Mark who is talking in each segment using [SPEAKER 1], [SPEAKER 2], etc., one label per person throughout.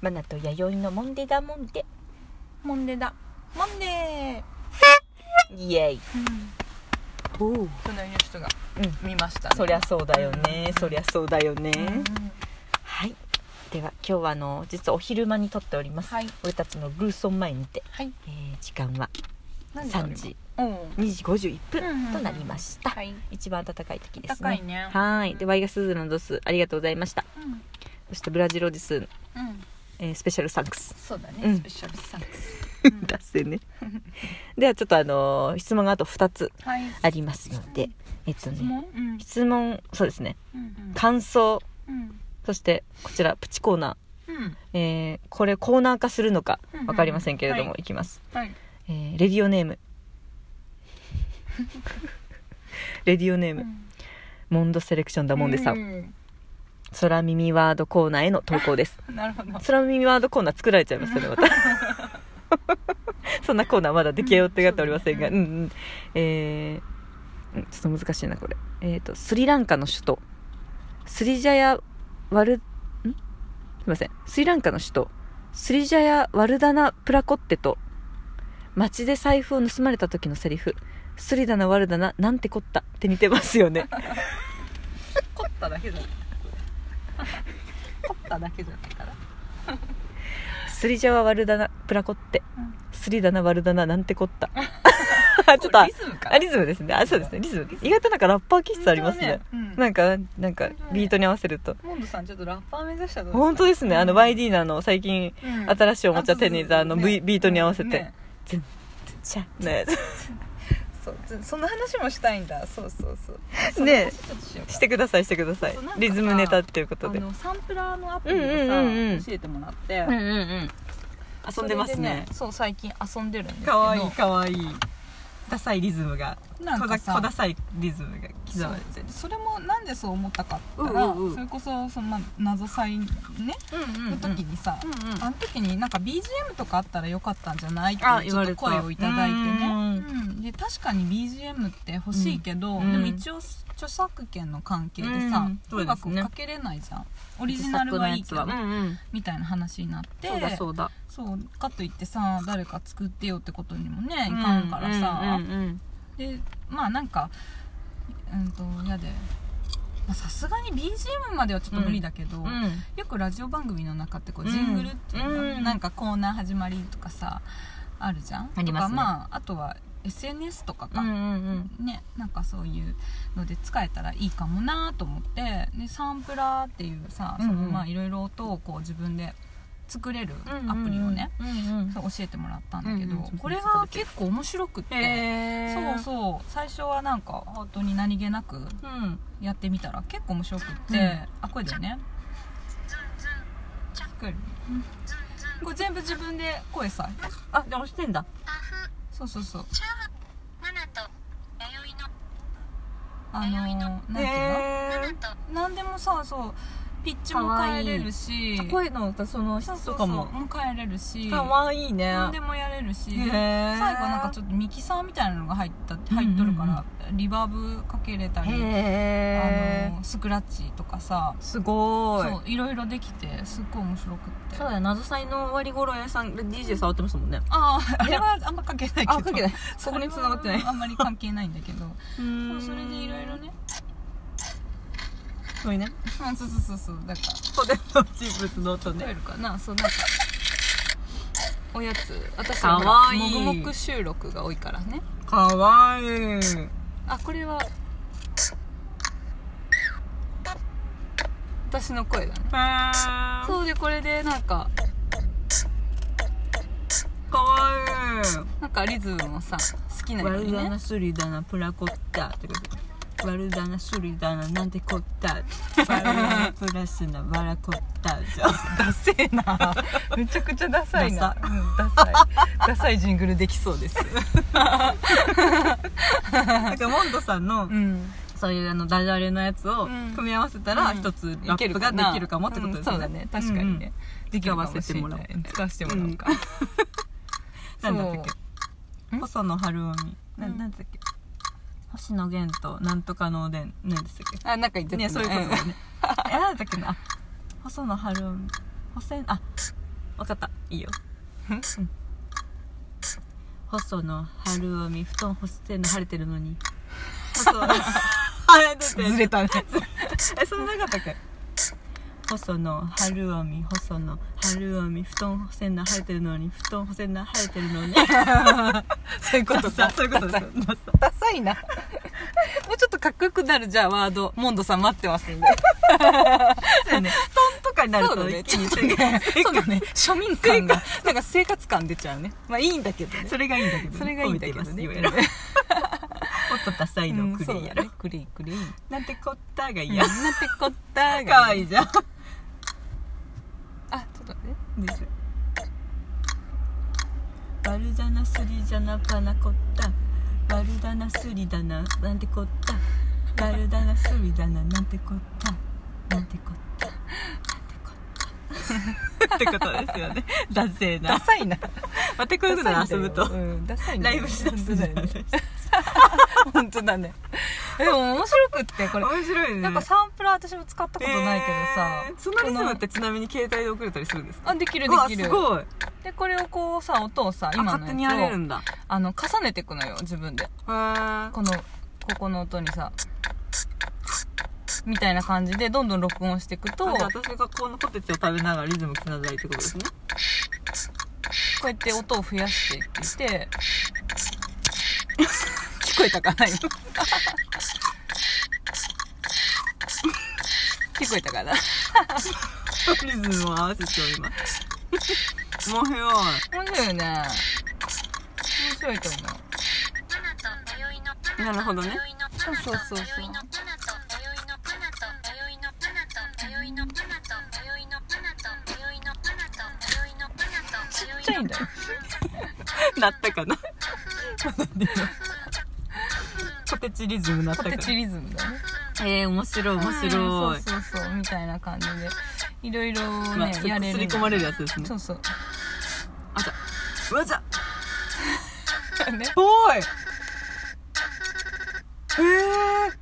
[SPEAKER 1] マナと弥生のモンデだモンデ
[SPEAKER 2] モンデだモンデー、
[SPEAKER 1] イエイお
[SPEAKER 2] 隣の人が
[SPEAKER 1] う
[SPEAKER 2] 見ましたね
[SPEAKER 1] そりゃそうだよね、
[SPEAKER 2] うん
[SPEAKER 1] そりゃそうだよね、
[SPEAKER 2] うん
[SPEAKER 1] はいでは今日はあの実はお昼間に撮っております、
[SPEAKER 2] はい
[SPEAKER 1] 俺たちのルーソン前にて、
[SPEAKER 2] はい
[SPEAKER 1] えー時間は
[SPEAKER 2] 何だろう
[SPEAKER 1] 3時
[SPEAKER 2] 今うん
[SPEAKER 1] 2時51
[SPEAKER 2] うんうん
[SPEAKER 1] 分となりました、
[SPEAKER 2] はい
[SPEAKER 1] 一番暖かい時です
[SPEAKER 2] 高い
[SPEAKER 1] ね
[SPEAKER 2] ね
[SPEAKER 1] はいでワイガスズルのドスありがとうございました
[SPEAKER 2] うん
[SPEAKER 1] そしてブラジルオディス、
[SPEAKER 2] うん
[SPEAKER 1] えースペシャルサンクス
[SPEAKER 2] そうだね、
[SPEAKER 1] うん
[SPEAKER 2] スペシャルサンクス、うん
[SPEAKER 1] 達成 ねではちょっとあのー質問があと2つ
[SPEAKER 2] はい
[SPEAKER 1] ありますのでえっと
[SPEAKER 2] 質
[SPEAKER 1] ね
[SPEAKER 2] 問うん
[SPEAKER 1] 質問そうですね
[SPEAKER 2] うん
[SPEAKER 1] 感想
[SPEAKER 2] うん
[SPEAKER 1] そしてこちらプチコーナ
[SPEAKER 2] うん
[SPEAKER 1] ー、えーこれコーナー化するのか
[SPEAKER 2] うんうん
[SPEAKER 1] 分かりませんけれども、、
[SPEAKER 2] はい
[SPEAKER 1] きます、
[SPEAKER 2] はい
[SPEAKER 1] えーレディオ ネームレディオネーム、モンドセレクションだモンデさん、
[SPEAKER 2] ん
[SPEAKER 1] 空耳ワードコーナーへの投稿です
[SPEAKER 2] なるほど
[SPEAKER 1] 空耳ワードコーナー作られちゃいますよねまたそんなコーナーまだ出来上がっておりませんが、う
[SPEAKER 2] うんん
[SPEAKER 1] うんえーうんちょっと難しいなこれ、えー、とスリランカの首都スリジャヤワルんすいませんスリランカの首都スリジャヤワルダナプラコッテと街で財布を盗まれた時のセリフスリダナワルダナなんてこったって似てますよね
[SPEAKER 2] 凝っただけじゃない凝っただけじゃないから
[SPEAKER 1] スリジャヤワルダナプラコッテ
[SPEAKER 2] うん
[SPEAKER 1] スリダナワルダナなんてこったちょっと
[SPEAKER 2] これ
[SPEAKER 1] あ
[SPEAKER 2] リズムか
[SPEAKER 1] あリズムですねあそうですねリズム意外となんかラッパー気質ありますね
[SPEAKER 2] うん
[SPEAKER 1] なんかなんか
[SPEAKER 2] 本当だね
[SPEAKER 1] ビートに合わせると
[SPEAKER 2] モンドさんちょっとラッパー目指したらどう
[SPEAKER 1] 本当ですねあの
[SPEAKER 2] うん
[SPEAKER 1] YD のあの最近
[SPEAKER 2] うん
[SPEAKER 1] 新しいおもちゃ手に入れたあの
[SPEAKER 2] ね
[SPEAKER 1] V- ビートに合わせて
[SPEAKER 2] ね
[SPEAKER 1] ちゃね
[SPEAKER 2] そうずその話もしたいんだそうそうそう
[SPEAKER 1] ね
[SPEAKER 2] その話ちょっとしようか
[SPEAKER 1] してくださいしてください
[SPEAKER 2] そうなんかさ
[SPEAKER 1] リズムネタっていうことで
[SPEAKER 2] あ
[SPEAKER 1] うん
[SPEAKER 2] のサンプラーのアプリをさ、
[SPEAKER 1] うんうんうんうん
[SPEAKER 2] 教えてもらって、
[SPEAKER 1] うんうん遊んでます
[SPEAKER 2] それ
[SPEAKER 1] ね
[SPEAKER 2] そう最近遊んでるんですけど
[SPEAKER 1] かわいいかわいいダサいリズムが
[SPEAKER 2] なん
[SPEAKER 1] 小
[SPEAKER 2] か
[SPEAKER 1] だ
[SPEAKER 2] さ
[SPEAKER 1] 小ダサいリズムが刻
[SPEAKER 2] そう
[SPEAKER 1] まれてる
[SPEAKER 2] それもなんでそう思ったかって言ったら、
[SPEAKER 1] うんうんうん
[SPEAKER 2] それこそその謎祭ね
[SPEAKER 1] うん
[SPEAKER 2] の時にさ、あの時になんか BGM とかあったらよかったんじゃないって
[SPEAKER 1] あ
[SPEAKER 2] いうちょっと声をいただいて
[SPEAKER 1] 言われ
[SPEAKER 2] ね、うんで確かに BGM って欲しいけど、
[SPEAKER 1] うん
[SPEAKER 2] でも一応著作権の関係でさ、
[SPEAKER 1] うんそう
[SPEAKER 2] 音
[SPEAKER 1] です
[SPEAKER 2] 楽
[SPEAKER 1] ね
[SPEAKER 2] をかけれないじゃんオリジナルはいいけど、
[SPEAKER 1] うんうん
[SPEAKER 2] みたいな話になって
[SPEAKER 1] そうだそうだ
[SPEAKER 2] そうかといってさ誰か作ってよってことにもねいかんからさ、
[SPEAKER 1] うんうんうん
[SPEAKER 2] でまあなんかうんと嫌でまあさすがに BGM まではちょっと無理だけど、
[SPEAKER 1] うん
[SPEAKER 2] よくラジオ番組の中ってこう
[SPEAKER 1] うん
[SPEAKER 2] ジングルっていうの、
[SPEAKER 1] うん
[SPEAKER 2] なんかコーナー始まりとかさあるじゃん
[SPEAKER 1] ありますね
[SPEAKER 2] とかまああとは SNS とか
[SPEAKER 1] う
[SPEAKER 2] か、
[SPEAKER 1] んうんうん
[SPEAKER 2] ねなんかそういうので使えたらいいかもなと思ってでサンプラーっていうさ、その
[SPEAKER 1] うんうん
[SPEAKER 2] まあいろいろ音をこう自分で作れる
[SPEAKER 1] うんうんうん
[SPEAKER 2] アプリをね、
[SPEAKER 1] うんうん
[SPEAKER 2] そう教えてもらったんだけど、
[SPEAKER 1] うんうん
[SPEAKER 2] これが結構面白くって、
[SPEAKER 1] へー
[SPEAKER 2] そうそう最初はなんか本当に何気なく
[SPEAKER 1] うん
[SPEAKER 2] やってみたら結構面白くって、
[SPEAKER 1] うん
[SPEAKER 2] あこれだよねこれこれ全部自分で声さ
[SPEAKER 1] あ、で押してんだ。
[SPEAKER 3] パフ
[SPEAKER 2] そうそうそう
[SPEAKER 3] チャーマナと弥生の
[SPEAKER 2] あのー、なんていうの、
[SPEAKER 3] マナ
[SPEAKER 1] へ
[SPEAKER 3] と
[SPEAKER 2] 何でもさそうピッチも変えれるし
[SPEAKER 1] ー。声のその
[SPEAKER 2] そう
[SPEAKER 1] 質
[SPEAKER 2] そ
[SPEAKER 1] と
[SPEAKER 2] う
[SPEAKER 1] か
[SPEAKER 2] そう
[SPEAKER 1] も。
[SPEAKER 2] もう変えれるし
[SPEAKER 1] かわいいね。
[SPEAKER 2] 何でもやれるし
[SPEAKER 1] へ
[SPEAKER 2] 最
[SPEAKER 1] ー
[SPEAKER 2] 後なんかちょっとミキサーみたいなのが入った
[SPEAKER 1] んうんうん
[SPEAKER 2] 入っとるから、リバーブかけれたり、
[SPEAKER 1] へ
[SPEAKER 2] あのースクラッチとかさ
[SPEAKER 1] ー。すごーい
[SPEAKER 2] そ。ういろいろできてすっごい面白くって
[SPEAKER 1] そうだよ、謎祭の終わり頃、やさん、DJ 触ってましたもんね。
[SPEAKER 2] あああれはあんま関係ないけど
[SPEAKER 1] あ、かけない。そこに繋が ってない
[SPEAKER 2] それ。はあんまり関係ないんだ けど
[SPEAKER 1] そ
[SPEAKER 2] そうそれでいろいろ。ね
[SPEAKER 1] そういうね。
[SPEAKER 2] うんそうそうそうそうだから
[SPEAKER 1] ポテトチップスの音
[SPEAKER 2] 食え
[SPEAKER 1] ね。
[SPEAKER 2] るかなそうなんかおやつ私
[SPEAKER 1] かわいい
[SPEAKER 2] ほらもぐもぐ収録が多いからね
[SPEAKER 1] かわいい。
[SPEAKER 2] あこれは私の声だね
[SPEAKER 1] か
[SPEAKER 2] そうでこれでなんか
[SPEAKER 1] わ
[SPEAKER 2] なんかリズムもさ好き
[SPEAKER 1] いい。
[SPEAKER 2] な
[SPEAKER 1] ワ
[SPEAKER 2] よう
[SPEAKER 1] ル
[SPEAKER 2] に
[SPEAKER 1] ダ
[SPEAKER 2] ね
[SPEAKER 1] ナスリダナプラコッタって ことワルダナスリダナなんてこったワルダナプラスナバラコッタじゃん
[SPEAKER 2] ダセえなめちゃくちゃダサいなダサ,、うん、ダサいダサいジングルできそうです
[SPEAKER 1] なんかモンドさんの
[SPEAKER 2] うん
[SPEAKER 1] そういうあのダジャレのやつを
[SPEAKER 2] うん
[SPEAKER 1] 組み合わせたら
[SPEAKER 2] うん
[SPEAKER 1] 一つラップができるかもってことです
[SPEAKER 2] うんそうだね確かにね、できるかもしれ
[SPEAKER 1] 使
[SPEAKER 2] ない
[SPEAKER 1] わせてもらおう
[SPEAKER 2] 使わせてもらおうか、
[SPEAKER 1] うんなんだっ
[SPEAKER 2] そう
[SPEAKER 1] け
[SPEAKER 2] ん
[SPEAKER 1] 細野晴臣な
[SPEAKER 2] うん
[SPEAKER 1] なんだっけ星野源となんとかのおでん何でしたっ
[SPEAKER 2] あなんか言っ
[SPEAKER 1] け
[SPEAKER 2] て
[SPEAKER 1] ねそういうことだよねえなんだっけなあ細野晴臣細あわかったいいよ細野晴臣布団干してんの晴れてるの に細野晴れて
[SPEAKER 2] ずれたね
[SPEAKER 1] えそんななかったっけ細野晴臣細野晴臣布団干せんな晴れてるのに布団干せんな晴れてるの に
[SPEAKER 2] そういうこと
[SPEAKER 1] さ
[SPEAKER 2] か
[SPEAKER 1] そういうことです
[SPEAKER 2] ダサいなもうちょっとかっこよくなるじゃあワードモンドさん待ってますんで
[SPEAKER 1] とかになる
[SPEAKER 2] そうだ
[SPEAKER 1] と
[SPEAKER 2] ね
[SPEAKER 1] 一
[SPEAKER 2] ち
[SPEAKER 1] 気
[SPEAKER 2] ょ
[SPEAKER 1] に
[SPEAKER 2] っとねそうだね庶民感がなんか生活感出ちゃうねまあいいんだけどね
[SPEAKER 1] それがいいんだけどね
[SPEAKER 2] それがいいんだけど
[SPEAKER 1] 置てま
[SPEAKER 2] ね
[SPEAKER 1] すいわゆるもっとダサいのクレイやろ、
[SPEAKER 2] クレイクレイ
[SPEAKER 1] なんてこったが
[SPEAKER 2] い
[SPEAKER 1] い
[SPEAKER 2] や
[SPEAKER 1] や、
[SPEAKER 2] なんてこったが
[SPEAKER 1] かわいいじゃん
[SPEAKER 2] あちょっと待って
[SPEAKER 1] ですバルダナスリジャナパナコッタバルダナスリダナなんてこったバルダナスリダナなんてこったなんてこったなんてこったってことですよ ね男性な
[SPEAKER 2] ダサいな
[SPEAKER 1] またこういうことで遊ぶと
[SPEAKER 2] うんダサいんだ
[SPEAKER 1] ラ
[SPEAKER 2] よ
[SPEAKER 1] イブしだすんだよね
[SPEAKER 2] 本当だねでも面白くってこれ
[SPEAKER 1] 面白いね
[SPEAKER 2] なんかサンプラー私も使ったことないけどさ、
[SPEAKER 1] えーそのリズムってちなみに携帯で送れたりするんですか
[SPEAKER 2] あできる
[SPEAKER 1] うわ
[SPEAKER 2] できる
[SPEAKER 1] すごい
[SPEAKER 2] でこれをこうさ音をさ
[SPEAKER 1] あ
[SPEAKER 2] 今
[SPEAKER 1] 勝
[SPEAKER 2] の
[SPEAKER 1] 手にやれ
[SPEAKER 2] や
[SPEAKER 1] る
[SPEAKER 2] つを
[SPEAKER 1] んだ
[SPEAKER 2] あの重ねていくのよ自分で
[SPEAKER 1] へー
[SPEAKER 2] このここの音にさみたいな感じでどんどん録音していくと
[SPEAKER 1] あ
[SPEAKER 2] こ
[SPEAKER 1] じゃあ私がこのポテチを食べながらリズムつながりってことですね
[SPEAKER 2] うやって音を増やしていって聞こえたかな今聞こえたかな
[SPEAKER 1] リズムを合わせており ます面白い
[SPEAKER 2] 面白いよね面白いと思う
[SPEAKER 1] なるほどね
[SPEAKER 2] そうそうそうそうちっ
[SPEAKER 3] ち
[SPEAKER 2] ちゃいんだよ
[SPEAKER 1] なったかなポテチリズムなった
[SPEAKER 2] ポ
[SPEAKER 1] かな
[SPEAKER 2] テチリズムだね
[SPEAKER 1] えー、面白い面白い、
[SPEAKER 2] うんそうそうそうみたいな感じでいろいろね、
[SPEAKER 1] まあ、す
[SPEAKER 2] やれる
[SPEAKER 1] すり込まれるやつですね
[SPEAKER 2] そうそう
[SPEAKER 1] あじゃうわじゃ
[SPEAKER 2] ね
[SPEAKER 1] おいえー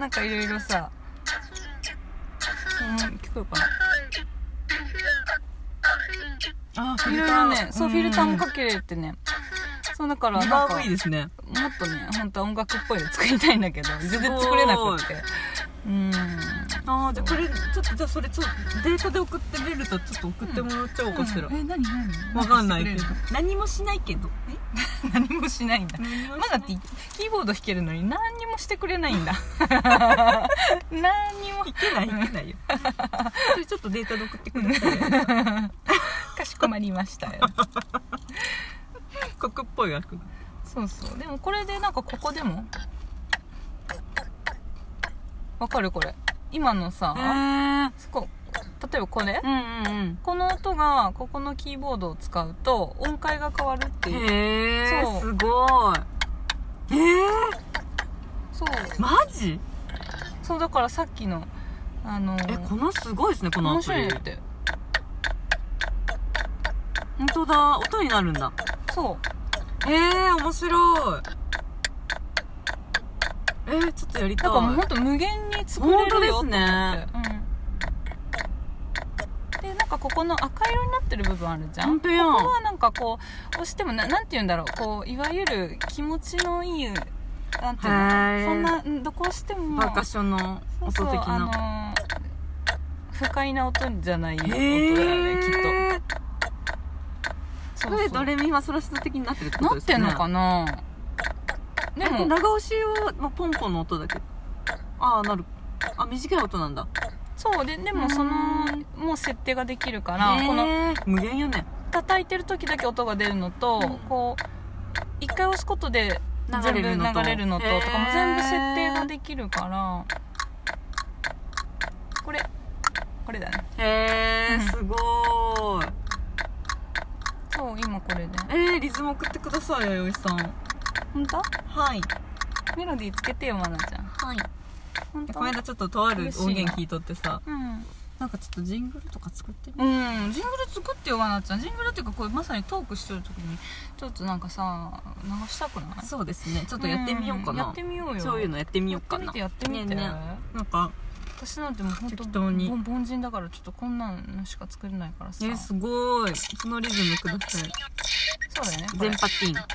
[SPEAKER 2] なんかいろいろさうん聞こえるか
[SPEAKER 1] あ
[SPEAKER 2] ないろいろねそうフィルターもかけれてねそうだから
[SPEAKER 1] リ
[SPEAKER 2] な
[SPEAKER 1] バ
[SPEAKER 2] んか
[SPEAKER 1] ーブいいですね
[SPEAKER 2] もっとね本当は音楽っぽいの作りたいんだけど全然作れなくってうん
[SPEAKER 1] ああじゃあこれちょっとじゃあそれちょっとデータで送ってれるとちょっと送ってもらっちゃおうかしら、
[SPEAKER 2] え何何
[SPEAKER 1] わかんないけど
[SPEAKER 2] 作れる
[SPEAKER 1] 何もしないけど
[SPEAKER 2] 何もしないんだ
[SPEAKER 1] ま
[SPEAKER 2] まだってキーボード弾けるのに何にもしてくれない んだ何にも
[SPEAKER 1] いけないいけないよそ れちょっとデータで送ってくださいよ
[SPEAKER 2] かしこまりましたよ
[SPEAKER 1] 国っぽい楽
[SPEAKER 2] そうそうでもこれでなんかここでもわかるこれ今のさ、
[SPEAKER 1] ー
[SPEAKER 2] そこ例えばこれ、
[SPEAKER 1] うんうん
[SPEAKER 2] この音がここのキーボードを使うと音階が変わるって
[SPEAKER 1] うん
[SPEAKER 2] いう
[SPEAKER 1] へえ
[SPEAKER 2] そう
[SPEAKER 1] すごいえー、
[SPEAKER 2] そう
[SPEAKER 1] マジ
[SPEAKER 2] そうだからさっきのあの
[SPEAKER 1] えこのすごいですねこのア
[SPEAKER 2] 面
[SPEAKER 1] プ
[SPEAKER 2] 白い
[SPEAKER 1] リ
[SPEAKER 2] って
[SPEAKER 1] 本当だ音になるんだ
[SPEAKER 2] そ
[SPEAKER 1] えー、面白いえー、ちょっとやり
[SPEAKER 2] う
[SPEAKER 1] た
[SPEAKER 2] だ
[SPEAKER 1] い
[SPEAKER 2] からもうほんと無限に作れ
[SPEAKER 1] 本
[SPEAKER 2] るよ
[SPEAKER 1] 当ですね
[SPEAKER 2] うん、でなんかここの赤色になってる部分あるじゃん
[SPEAKER 1] 本当やん
[SPEAKER 2] ここはなんかこう押してもななんて言うんだろうこういわゆる気持ちのいいなんていうの
[SPEAKER 1] へー
[SPEAKER 2] そんなんどこ押しても
[SPEAKER 1] パーカッションの
[SPEAKER 2] そう
[SPEAKER 1] 音
[SPEAKER 2] そう
[SPEAKER 1] 的
[SPEAKER 2] あの
[SPEAKER 1] な
[SPEAKER 2] ー不快な音じゃない音だねきっ
[SPEAKER 1] えー
[SPEAKER 2] とそう
[SPEAKER 1] こ
[SPEAKER 2] そ
[SPEAKER 1] れ
[SPEAKER 2] う
[SPEAKER 1] ドレミファソラシド的になってるってこ
[SPEAKER 2] な
[SPEAKER 1] と
[SPEAKER 2] っ
[SPEAKER 1] です
[SPEAKER 2] て
[SPEAKER 1] よ
[SPEAKER 2] ん
[SPEAKER 1] ね
[SPEAKER 2] のかなで
[SPEAKER 1] え
[SPEAKER 2] も
[SPEAKER 1] 長押しを、まあ、ポンポンの音だけどああなるあ短い音なんだ
[SPEAKER 2] そうでで
[SPEAKER 1] う
[SPEAKER 2] も
[SPEAKER 1] ん
[SPEAKER 2] そのもう設定ができるからこの
[SPEAKER 1] へー無限よね
[SPEAKER 2] 叩いてる時だけ音が出るのと、
[SPEAKER 1] うん
[SPEAKER 2] こう一回押すことで全部流れるのとと
[SPEAKER 1] へー
[SPEAKER 2] かも全部設定ができるからこれこれだね
[SPEAKER 1] へえ
[SPEAKER 2] うん
[SPEAKER 1] すごーい
[SPEAKER 2] そう今これで
[SPEAKER 1] えー、リズム送ってくださいよいさん
[SPEAKER 2] 本当
[SPEAKER 1] はい
[SPEAKER 2] メロディーつけてよまなちゃん
[SPEAKER 1] はい
[SPEAKER 2] 本当
[SPEAKER 1] この間ちょっととある音源聞いとってさ
[SPEAKER 2] うん
[SPEAKER 1] なんかちょっとジングルとか作ってる
[SPEAKER 2] うん、ジングル作ってよ、わなちゃん。ジングルっていうか、これまさにトークしてる時に、ちょっとなんかさ、流したくないち
[SPEAKER 1] そうですねちょっとやってみようかな
[SPEAKER 2] やってみようよ。
[SPEAKER 1] そういうのやってみようか
[SPEAKER 2] や
[SPEAKER 1] な
[SPEAKER 2] ってみて、やってみて。
[SPEAKER 1] ねえねえなんか
[SPEAKER 2] 私なんてもう本当
[SPEAKER 4] 適当に
[SPEAKER 2] ぼん凡人だからちょっとこんなのしか作れないからさ
[SPEAKER 4] えすごいそのリズムください
[SPEAKER 2] そうだよねこれ
[SPEAKER 4] 全パッティンさ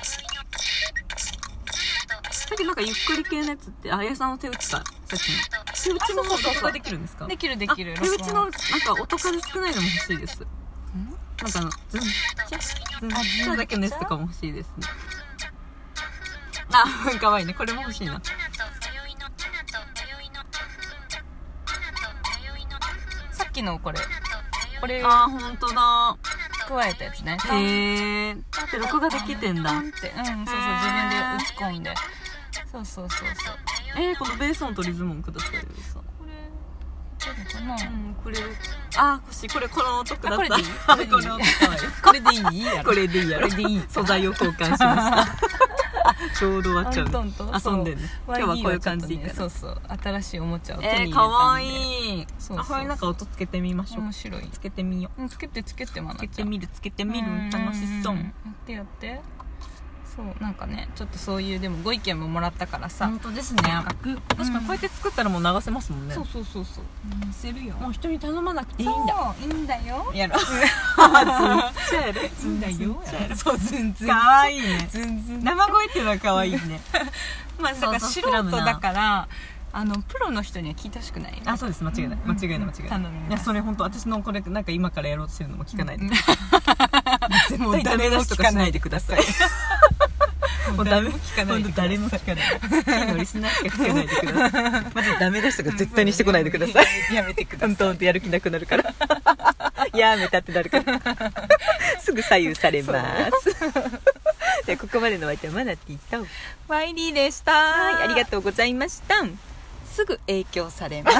[SPEAKER 4] っきなんかゆっくり系のやつってあやさんの手打ちささっきの手打ちの
[SPEAKER 2] あそうそうそう
[SPEAKER 4] 音ができるんですか
[SPEAKER 2] できるできる
[SPEAKER 4] あ手打ちの
[SPEAKER 2] 録
[SPEAKER 4] なんか音数少ないのも欲しいですなんかあのズンチャズンチャだけのやつとかも欲しいですねあかわいいねこれも欲しいな
[SPEAKER 2] 音さっきのこれこれを
[SPEAKER 4] あーほんとだ
[SPEAKER 2] 加えたやつね
[SPEAKER 4] へえー、だって録画できてん
[SPEAKER 2] パン
[SPEAKER 4] だ
[SPEAKER 2] ってうんそうそう自分で打ち込んでそうそうそうそう
[SPEAKER 4] えー、このベース音とリズム音くださいよさ
[SPEAKER 2] これいけるかな
[SPEAKER 4] うんこれあー腰これこの音ください
[SPEAKER 2] あこれでいい
[SPEAKER 4] これの音かわいい
[SPEAKER 2] これでいいいいやろ
[SPEAKER 4] これでいいやろ
[SPEAKER 2] これでいい
[SPEAKER 4] 素材を交換しました ちょうど終わっちゃう
[SPEAKER 2] あトントンそう
[SPEAKER 4] 遊んでんね今日はこういう感じでいい
[SPEAKER 2] YD は
[SPEAKER 4] か
[SPEAKER 2] ちょ
[SPEAKER 4] な
[SPEAKER 2] っとねそうそう新しいおもちゃを手に
[SPEAKER 4] え
[SPEAKER 2] 入れ
[SPEAKER 4] ー、
[SPEAKER 2] たん
[SPEAKER 4] か
[SPEAKER 2] で
[SPEAKER 4] わいい
[SPEAKER 2] そうそうそう
[SPEAKER 4] あこれなんか音つけてみましょう
[SPEAKER 2] 面白い
[SPEAKER 4] つけてみよ
[SPEAKER 2] うんつけてつけてま
[SPEAKER 4] う
[SPEAKER 2] な
[SPEAKER 4] つ
[SPEAKER 2] ちゃ
[SPEAKER 4] け
[SPEAKER 2] ん
[SPEAKER 4] てみるつけてみる楽しそうん
[SPEAKER 2] んんやってやってそうなんかねちょっとそういうでもご意見ももらったからさ、
[SPEAKER 4] 当です
[SPEAKER 2] ね
[SPEAKER 4] 確かにこうやって作ったらもう流せますもんね、
[SPEAKER 2] そうそうそうそう見せるよ
[SPEAKER 4] もう人に頼まなくて
[SPEAKER 2] い
[SPEAKER 4] い
[SPEAKER 2] い
[SPEAKER 4] いん
[SPEAKER 2] ん
[SPEAKER 4] だ
[SPEAKER 2] だいいんだよ
[SPEAKER 4] やろずんち ゃやる
[SPEAKER 2] いいんだよそうズンズン
[SPEAKER 4] かわいいね
[SPEAKER 2] ズンズン
[SPEAKER 4] 生声っていうのはかわいいね
[SPEAKER 2] まあだから素人だからあのプロの人には聞いてほしくない
[SPEAKER 4] あそうです間違いない間違いない間違いない,、
[SPEAKER 2] 頼みます
[SPEAKER 4] いやそれ本当私のこれなんか今からやろうとしてるのも聞かないで、 も
[SPEAKER 2] も
[SPEAKER 4] う
[SPEAKER 2] う
[SPEAKER 4] ダ
[SPEAKER 2] ダ
[SPEAKER 4] メ
[SPEAKER 2] メ
[SPEAKER 4] 出
[SPEAKER 2] 出
[SPEAKER 4] し
[SPEAKER 2] し
[SPEAKER 4] と
[SPEAKER 2] と
[SPEAKER 4] か
[SPEAKER 2] か
[SPEAKER 4] し
[SPEAKER 2] し
[SPEAKER 4] な
[SPEAKER 2] ないい
[SPEAKER 4] で
[SPEAKER 2] で
[SPEAKER 4] く
[SPEAKER 2] く
[SPEAKER 4] だ
[SPEAKER 2] だ
[SPEAKER 4] さ
[SPEAKER 2] さ
[SPEAKER 4] いも
[SPEAKER 2] も
[SPEAKER 4] う
[SPEAKER 2] う
[SPEAKER 4] ダ
[SPEAKER 2] ダ
[SPEAKER 4] メ
[SPEAKER 2] メ
[SPEAKER 4] 聞
[SPEAKER 2] 聞
[SPEAKER 4] か
[SPEAKER 2] か
[SPEAKER 4] な
[SPEAKER 2] ないい
[SPEAKER 4] で
[SPEAKER 2] でくだ
[SPEAKER 4] くださ
[SPEAKER 2] さ
[SPEAKER 4] い
[SPEAKER 2] い
[SPEAKER 4] のリスナーしか聞かないでくださいまずダメ出しとか絶対にしてこないでください
[SPEAKER 2] やめてくだ
[SPEAKER 4] トン
[SPEAKER 2] さい
[SPEAKER 4] トンってやる気なくなるから やめたってなるから すぐ左右されますでここまでのお相手はマナティとは
[SPEAKER 2] ワイリーでした
[SPEAKER 4] いありがとうございました
[SPEAKER 2] すぐ影響されます